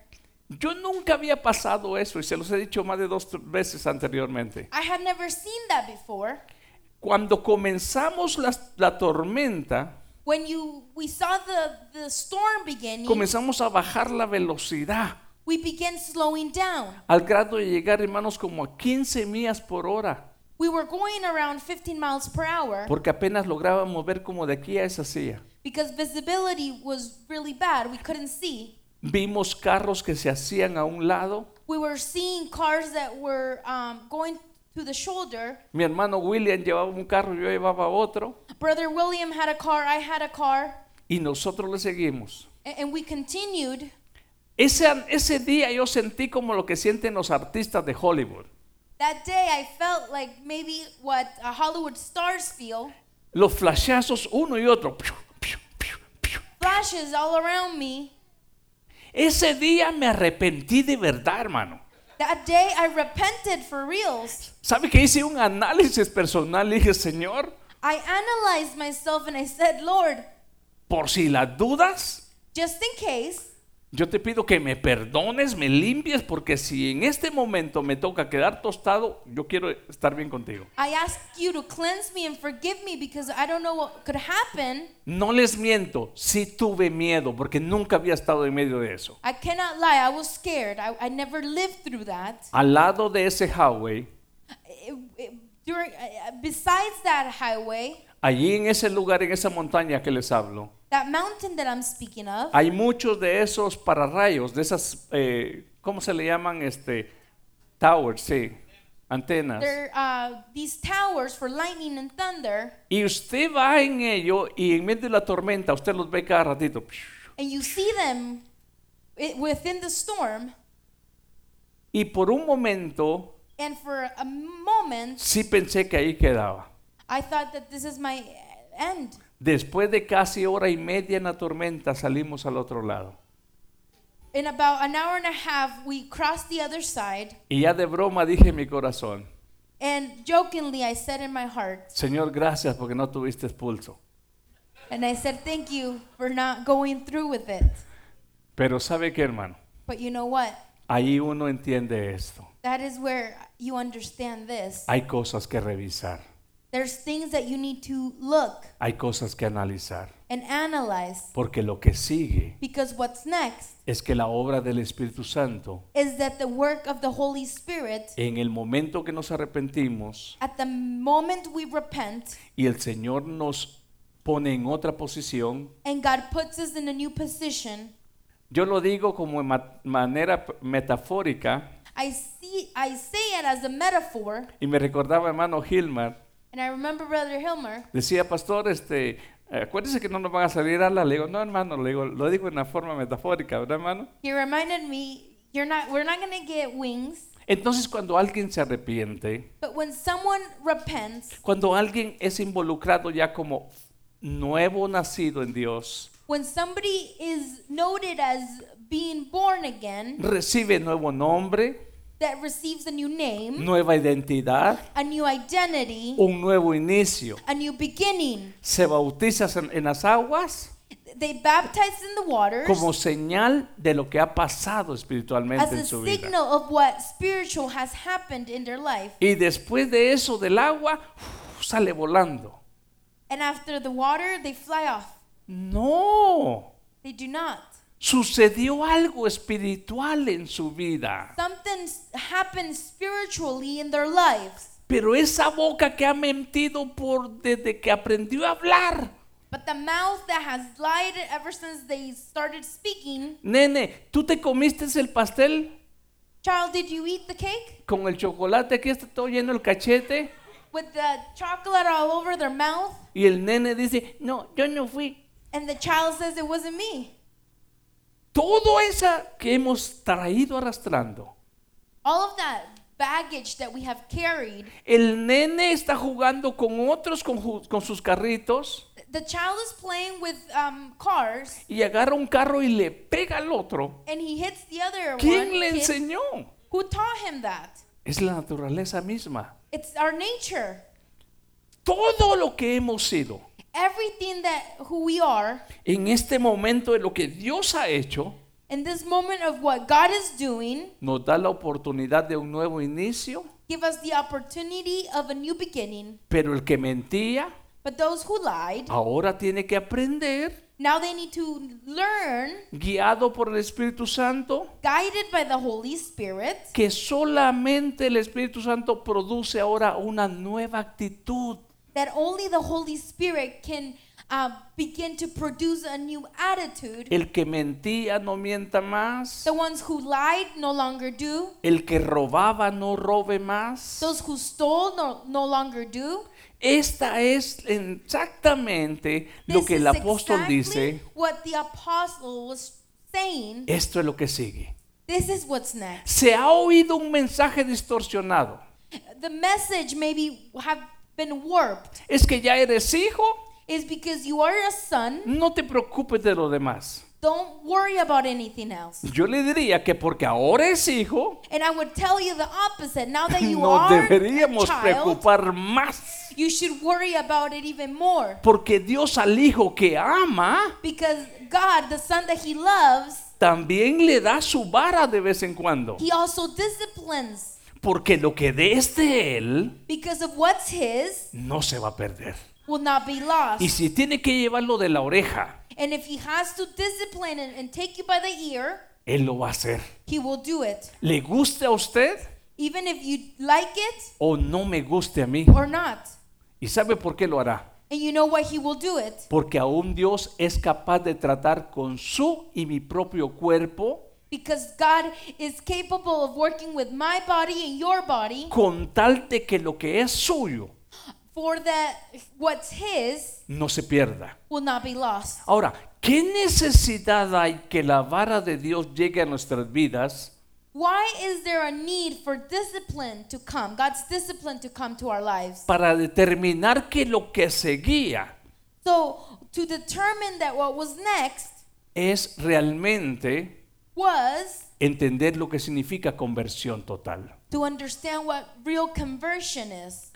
Yo nunca había pasado eso y se los he dicho más de dos t- veces anteriormente.
I had never seen that before.
Cuando comenzamos las- la tormenta,
when you we saw the, the storm beginning,
comenzamos a bajar la velocidad
we began slowing down.
al grado de llegar, hermanos, como a 15 millas por hora,
We were going around 15 miles per hour
porque apenas lográbamos ver como de aquí a esa silla.
because visibility was really bad. We couldn't see.
Vimos carros que se hacían a un lado.
We were seeing cars that were um, going to the shoulder.
Mi hermano William llevaba un carro, yo llevaba otro,
Brother William had a car, I had a car,
y nosotros le seguimos.
a- and, we continued.
Ese, ese día yo sentí como lo que sienten los artistas de Hollywood.
That day, I felt like maybe what uh, Hollywood stars feel
Los flashazos uno y otro. Piu, piu, piu, piu.
flashes all around me.
Ese día me arrepentí de verdad, hermano.
That day, I repented for reals.
¿Sabe que hice un análisis personal? Y dije, Señor,
I analyzed myself and I said, Lord,
por si las dudas,
just in case,
yo te pido que me perdones, me limpies, porque si en este momento me toca quedar tostado, yo quiero estar bien contigo.
I ask you to cleanse me and forgive me because I don't know what could happen.
No les miento, sí tuve miedo, porque nunca había estado en medio de eso.
I cannot lie, I was scared. I, I never lived through that.
Al lado de ese highway,
It- it- during, uh, uh, besides that highway,
allí en ese lugar, en esa montaña que les hablo,
that mountain that I'm speaking of,
hay muchos de esos pararrayos, de esas, eh, ¿cómo se le llaman? Este, towers, sí, antenas.
there are uh, these towers for lightning and thunder,
Y usted va en ello y en medio de la tormenta, usted los ve cada ratito.
and you see them i within the storm.
Y por un momento
And for a moment,
sí pensé que ahí quedaba.
I thought that this is my end.
Después de casi hora y media en la tormenta salimos al otro lado.
In about an hour and a half, we crossed the other side,
Y ya de broma dije en mi corazón,
and jokingly, I said in my heart,
Señor, gracias porque no tuviste expulso.
and I said, Thank you for not going through with it.
Pero ¿sabe qué, hermano?
But you know what?
Ahí uno entiende esto.
That is where you understand this.
Hay cosas que revisar,
There's things that you need to look
hay cosas que analizar.
and analyze
Porque lo que sigue
because what's next
es que la obra del Espíritu Santo,
is that the work of the Holy Spirit,
en el momento que nos arrepentimos,
at the moment we repent
y el Señor nos pone en otra posición.
and God puts us in a new position,
Yo lo digo como de ma- manera p- metafórica
I see I say it as a metaphor,
y me recordaba hermano Hilmar,
and I remember Brother Hilmer,
decía, pastor, este, eh, acuérdese que no nos van a salir alas. Le digo, no hermano, le digo, lo digo en una forma metafórica, ¿verdad hermano?
he reminded me, you're not we're not gonna get wings,
Entonces cuando alguien se arrepiente,
but when someone repents,
cuando alguien es involucrado ya como nuevo nacido en Dios,
when somebody is noted as being born again,
recibe nuevo nombre,
that receives a new name,
nueva identidad,
a new identity,
un nuevo inicio.
a new beginning.
Se bautiza en- en las aguas
They baptized in the waters
como señal de lo que ha pasado
as
espiritualmente
a
en su vida.
signal of what spiritual has happened in their life.
Y después de eso del agua uf, sale volando.
And after the water, they fly off.
No,
They do not.
sucedió algo espiritual en su vida.
Something s- happened spiritually in their lives.
Pero esa boca que ha mentido por desde que aprendió a hablar.
But the mouth that has lied ever since they started speaking,
Nene, ¿tú te comiste el pastel
child, did you eat the cake?
con el chocolate que está todo lleno el cachete?
With the chocolate all over their mouth,
Y el nene dice, no, yo no fui.
and the child says, It wasn't me.
Todo esa que hemos traído arrastrando
All of that baggage that we have carried
El nene está jugando con otros, con, ju- con sus carritos,
The child is playing with um, cars
y agarra un carro y le pega al otro.
and he hits the other
¿Quién
one.
le
kid.
enseñó?
Who taught him that?
Es la naturaleza misma.
It's our nature.
Todo lo que hemos sido
Everything that who we are
en este momento de lo que Dios ha hecho,
in this moment of what God is doing
nos da la oportunidad de un nuevo inicio,
give us the opportunity of a new beginning.
pero el que mentía,
But those who lied,
ahora tiene que aprender,
now they need to learn,
guiado por el Espíritu Santo,
guided by the Holy Spirit,
que solamente el Espíritu Santo produce ahora una nueva actitud.
that only the Holy Spirit can uh, begin to produce a new attitude.
El que mentía no mienta más,
The ones who lied no longer do.
el que robaba no robe más.
Those who stole no, no longer do.
Esta es exactamente lo
This
que el
is
apóstol
exactly
dice.
What the apostle was saying.
Esto es lo que sigue.
This is what's next.
Se ha oído un mensaje distorsionado.
The message maybe have been warped.
Es que ya eres hijo,
Is because you are a son.
no te preocupes de lo demás.
Don't worry about anything else.
Yo le diría que porque ahora es hijo,
And I would tell you the opposite. Now that you
nos
are a
deberíamos
child,
preocupar más.
you should worry about it even more.
Porque Dios al hijo que ama
Because God, the son that he loves,
también le da su vara de vez en cuando.
he also disciplines
Porque lo que des de él
because of what's his
no se va a perder.
will not be
Y
lost.
si tiene que llevarlo de la oreja,
And if he has to discipline and, and take you by the ear,
él lo va a hacer.
he will do it.
¿Le guste a usted
Even if you like it
o no me guste a mí?
or not.
¿Y sabe por qué lo hará?
And you know why he will do it?
Porque aún Dios es capaz de tratar con su y mi propio cuerpo
Because God is capable of working with my body and your body
con tal de que lo que es suyo
for that what's his
no se pierda.
will not be lost.
Ahora, ¿qué necesidad hay que la vara de Dios llegue a nuestras vidas
Why is there a need for discipline to come? God's discipline to come to our lives.
para determinar que lo que seguía
So, to determine that what was next
es realmente
was
entender lo que significa conversión total?
to understand what real conversion is.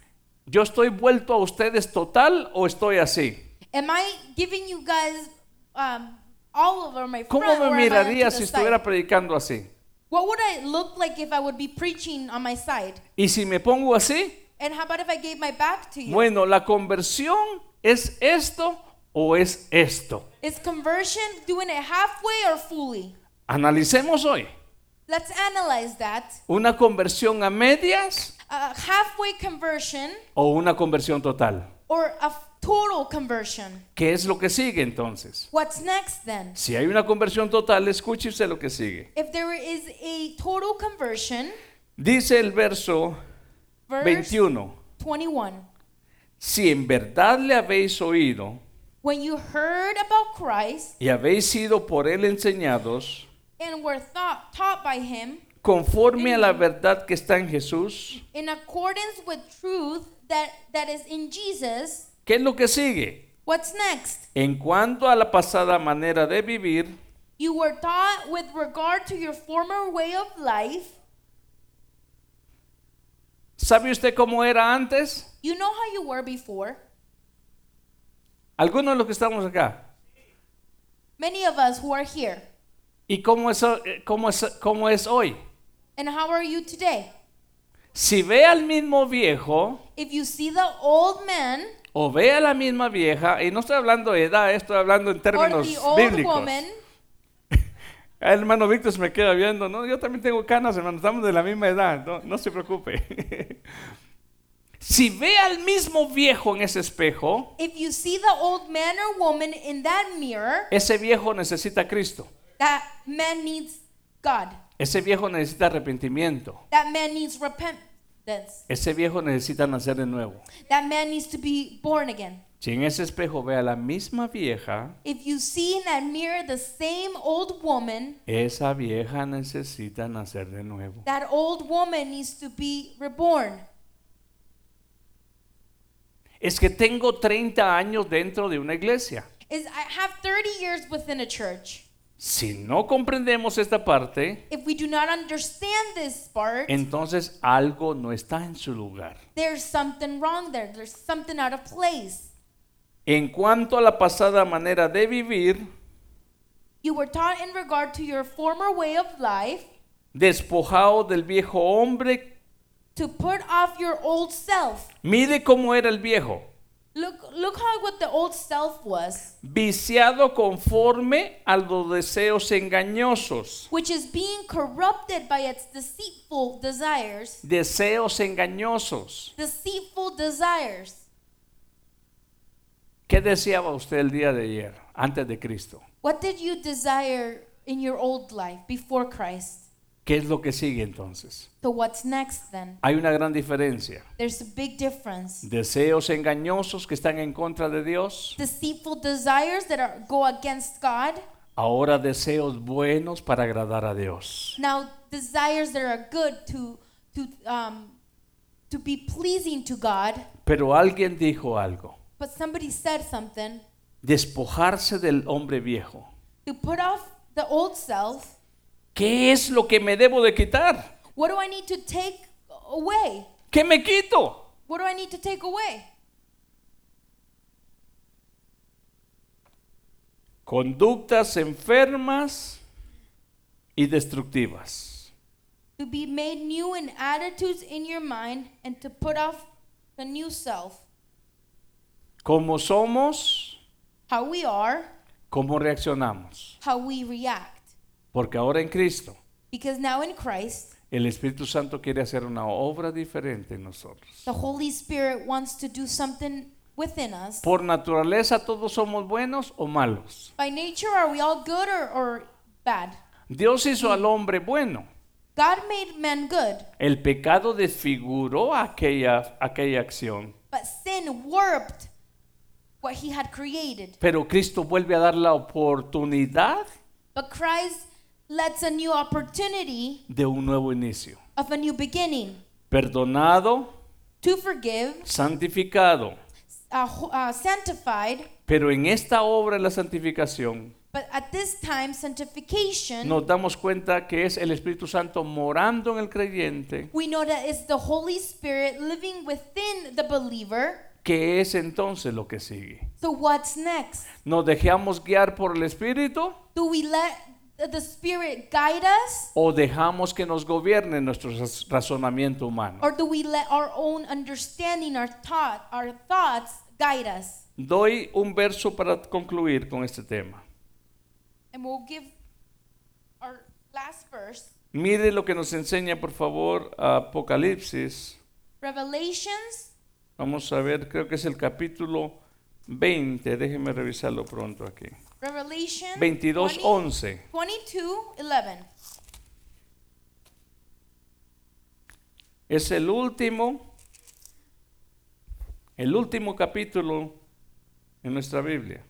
¿Yo estoy vuelto a ustedes total o estoy así?
Am I giving you guys um, all over my front?
¿Cómo me
or am I to
miraría
the
si
side?
estuviera predicando así?
What would I look like if I would be preaching on my side?
Y si me pongo así,
And how about if I gave my back to you?
bueno, la conversión es esto o es esto.
Is conversion doing it halfway or fully?
Analicemos hoy.
Let's analyze that.
¿Una conversión a medias
A halfway conversion
o una conversión total?
or a f- total conversion?
¿Qué es lo que sigue entonces?
What's next then?
Si hay una conversión total, escúchese lo que sigue.
If there is a total conversion,
Dice el verso
verse
21.
21.
Si en verdad le habéis oído
When you heard about Christ
y habéis sido por él enseñados,
and were thought, taught by him
conforme a la verdad que está en Jesús,
in accordance with truth that, that is in Jesus,
¿qué es lo que sigue?
what's next?
En cuanto a la pasada manera de vivir,
You were taught with regard to your former way of life.
¿sabe usted cómo era antes?
You know how you were before.
Algunos de los que estamos acá.
Many of us who are here.
¿Y cómo es, ho- eh, cómo es, cómo es hoy?
And how are you today?
Si ve al mismo viejo
If you see the old man
o ve a la misma vieja, y no estoy hablando de edad, estoy hablando en
or
términos
the old
bíblicos.
woman,
El hermano Víctor se me queda viendo, no, yo también tengo canas, hermano, estamos de la misma edad, no, no se preocupe. si ve al mismo viejo en ese espejo,
if you see the old man or woman in that mirror,
Ese viejo necesita a Cristo.
that man needs God.
Ese viejo necesita arrepentimiento.
That man needs repentance.
Ese viejo necesita nacer de nuevo.
That man needs to be born again.
Si en ese espejo ve a la misma vieja,
If you see in that mirror the same old woman,
esa vieja necesita nacer de nuevo.
that old woman needs to be reborn.
Es que tengo 30 años dentro de una iglesia.
Is I have 30 years within a church.
Si no comprendemos esta parte,
If we do not understand this part,
entonces algo no está en su lugar.
there's something wrong there. There's something out of place.
En cuanto a la pasada manera de vivir,
You were taught in regard to your former way of life
despojado del viejo hombre,
to put off your old self.
mire cómo era el viejo.
Look, look how what the old self was,
viciado conforme a los deseos engañosos.
which is being corrupted by its deceitful desires.
Deseos engañosos.
Deceitful desires.
¿Qué deseaba usted el día de ayer, antes de Cristo?
What did you desire in your old life before Christ?
¿Qué es lo que sigue entonces?
So what's next then?
Hay una gran diferencia.
There's a big difference.
Deseos engañosos que están en contra de Dios.
Deceitful desires that are, go against God.
Ahora deseos buenos para agradar a Dios.
Now desires that are good to to um to be pleasing to God.
Pero alguien dijo algo.
But somebody said something
Despojarse del hombre viejo.
to put off the old self.
¿Qué es lo que me debo de quitar?
What do I need to take away?
¿Qué me quito?
What do I need to take away?
Conductas enfermas y destructivas.
To be made new in attitudes in your mind and to put off the new self.
¿Cómo somos?
How we are,
¿Cómo reaccionamos?
how we react.
Porque ahora en Cristo
Because now in Christ,
el Espíritu Santo quiere hacer una obra diferente en nosotros.
the Holy Spirit wants to do something within us.
Por naturaleza todos somos buenos o malos.
By nature, are we all good or, or bad?
Dios hizo al hombre bueno.
God made men good,
El pecado desfiguró aquella, aquella acción.
but sin warped what he had created.
Pero Cristo vuelve a dar la oportunidad
But Christ lets a new opportunity
de un nuevo inicio.
of a new beginning
Perdonado,
to forgive,
santificado.
uh, ho- uh, sanctified.
Pero en esta obra de la santificación
But at this time, sanctification,
nos damos cuenta que es el Espíritu Santo morando en el creyente,
we know that it's the Holy Spirit living within the believer.
que es entonces lo que sigue.
So, what's next?
¿Nos dejamos guiar por el Espíritu
Do we let the- the Spirit guide us?
o dejamos que nos gobierne nuestro raz- razonamiento humano?
Or do we let our own understanding, our thought, our thoughts guide us?
Doy un verso para concluir con este tema.
And we'll give our last verse,
Mire lo que nos enseña, por favor, Apocalipsis.
Revelations.
Vamos a ver, creo que es el capítulo 20. Déjeme revisarlo pronto aquí.
Revelation
22,
20,
11.
22, 11.
Es el último, el último capítulo en nuestra Biblia.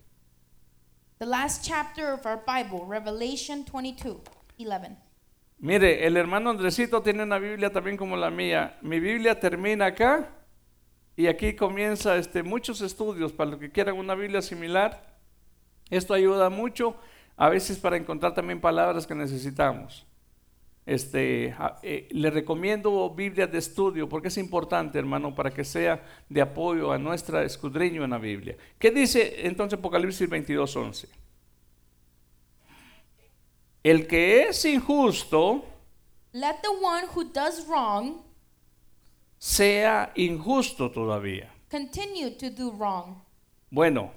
The last chapter of our Bible, Revelation 22, 11.
Mire, el hermano Andresito tiene una Biblia también como la mía. Mi Biblia termina acá y aquí comienza este, muchos estudios para los que quieran una Biblia similar. Esto ayuda mucho a veces para encontrar también palabras que necesitamos. Este, a- eh, le recomiendo Biblias de estudio porque es importante, hermano, para que sea de apoyo a nuestra escudriño en la Biblia. ¿Qué dice entonces Apocalipsis 22:11? El que es injusto
Let the one who does wrong
sea injusto todavía.
continue to do wrong.
Bueno,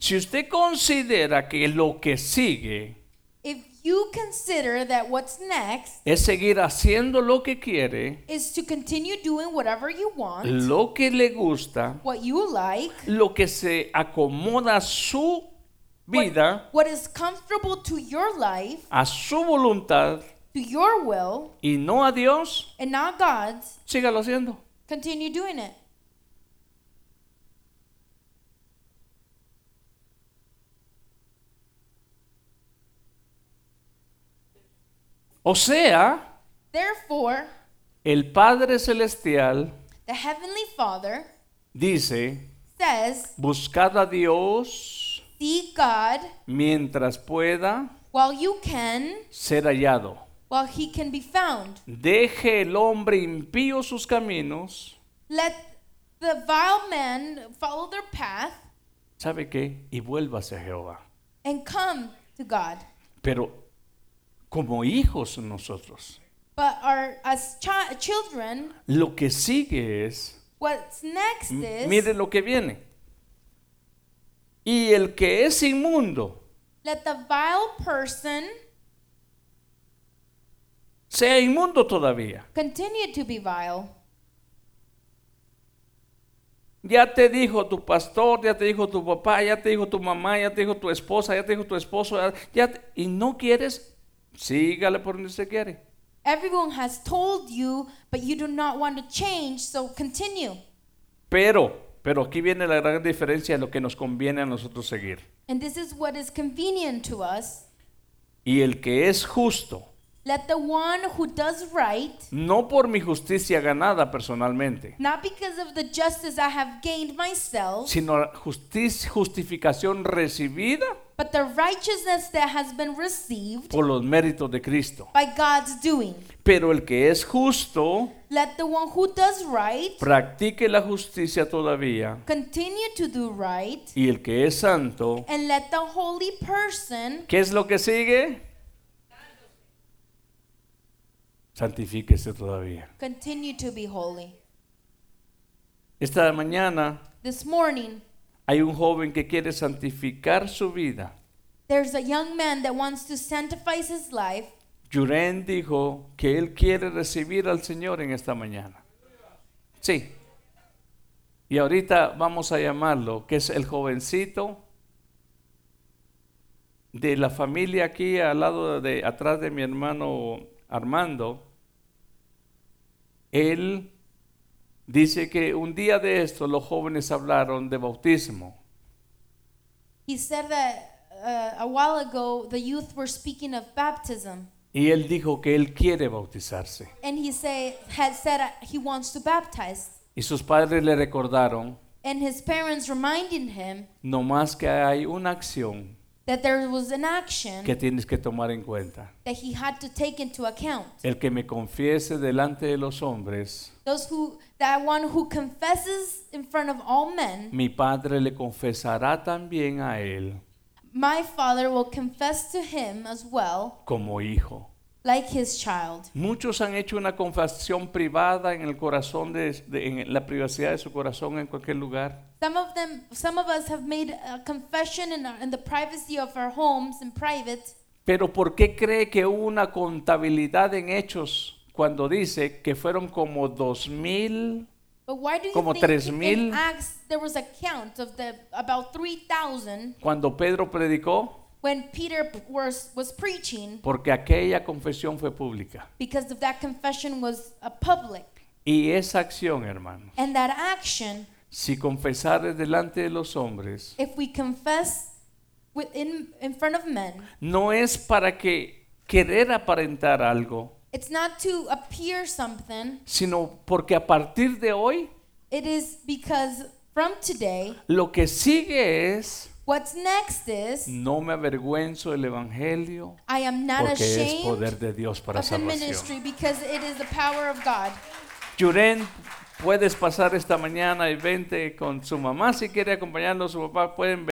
si usted considera que lo que sigue
If you consider that what's next
es seguir haciendo lo que quiere,
is to continue doing whatever you want,
lo que le gusta,
what you like,
lo que se acomoda a su vida,
what is comfortable to your life,
a su voluntad
to your will,
y no a Dios,
and not God's,
sígalo haciendo.
continue doing it.
O sea,
Therefore,
el Padre Celestial
the Heavenly Father
dice,
says,
buscad a Dios
Seek God
mientras pueda
while you can,
ser hallado.
while He can be found.
Deje el hombre impío sus caminos,
Let the vile men follow their path
¿sabe qué? Y vuélvase a Jehová.
and come to God.
Pero como hijos nosotros,
But our, as chi- children,
lo que sigue es,
what's next
m-
is
mire lo que viene, Y el que es inmundo
Let the vile person
sea inmundo todavía.
continue to be vile.
Ya te dijo tu pastor, ya te dijo tu papá, ya te dijo tu mamá, ya te dijo tu esposa, ya te dijo tu esposo, ya- ya te- y no quieres, sígale por donde se quiere.
Everyone has told you, but you do not want to change, so continue.
Pero, pero aquí viene la gran diferencia de lo que nos conviene a nosotros seguir.
And this is what is convenient to us.
Y el que es justo,
Let the one who does right,
no por mi justicia ganada personalmente,
not because of the justice I have gained myself,
sino la justicia, justificación recibida
but the righteousness that has been received
por los méritos de Cristo.
by God's doing.
Pero el que es justo,
Let the one who does right
practique la justicia todavía.
continue to do right,
Y el que es santo,
and let the holy person
¿qué es lo que sigue? Santifíquese todavía.
continue to be holy.
Esta mañana
This morning,
hay un joven que quiere santificar su vida.
there's a young man that wants to sanctify his life.
Yuren dijo que él quiere recibir al Señor en esta mañana. Sí. Y ahorita vamos a llamarlo, que es el jovencito de la familia aquí al lado de atrás de mi hermano Armando. Él dice que un día de esto los jóvenes hablaron de bautismo.
He said that uh, a while ago the youth were speaking of baptism,
Y él dijo que él quiere bautizarse.
and he say had said uh, he wants to baptize,
Y sus padres le recordaron
and his parents reminded him
No más que hay una acción
that there was an action
que tienes que tomar en cuenta.
that he had to take into account.
El que me confiese delante de los hombres,
Those who that one who confesses in front of all men,
mi Padre le confesará también a él
my father will confess to him as well,
como hijo.
like his child.
Muchos han hecho una confesión privada en el corazón de, de- en la privacidad de su corazón en cualquier lugar.
Some of them, some of us have made a confession in, our, in the privacy of our homes in private.
Pero ¿por qué cree que hubo una contabilidad en hechos cuando dice que fueron como dos mil?
But why do you
Como
think
3,000.
in Acts there was a count of the about 3,000
Cuando Pedro predicó,
when Peter p- was was preaching
porque aquella confesión fue pública.
because of that confession was a public
Y esa acción, hermano.
and that action
Si confesares delante de los hombres,
if we confess within in front of men
no es para que querer aparentar algo,
it's not to appear something
sino porque a partir de hoy
it is because from today
lo que sigue es,
what's next is
no me avergüenzo del Evangelio,
I am not
porque es
ashamed
poder de Dios para
of the
salvación.
ministry because it is the power of God
Yuren, puedes pasar esta mañana y vente con su mamá si quiere acompañarnos, su papá pueden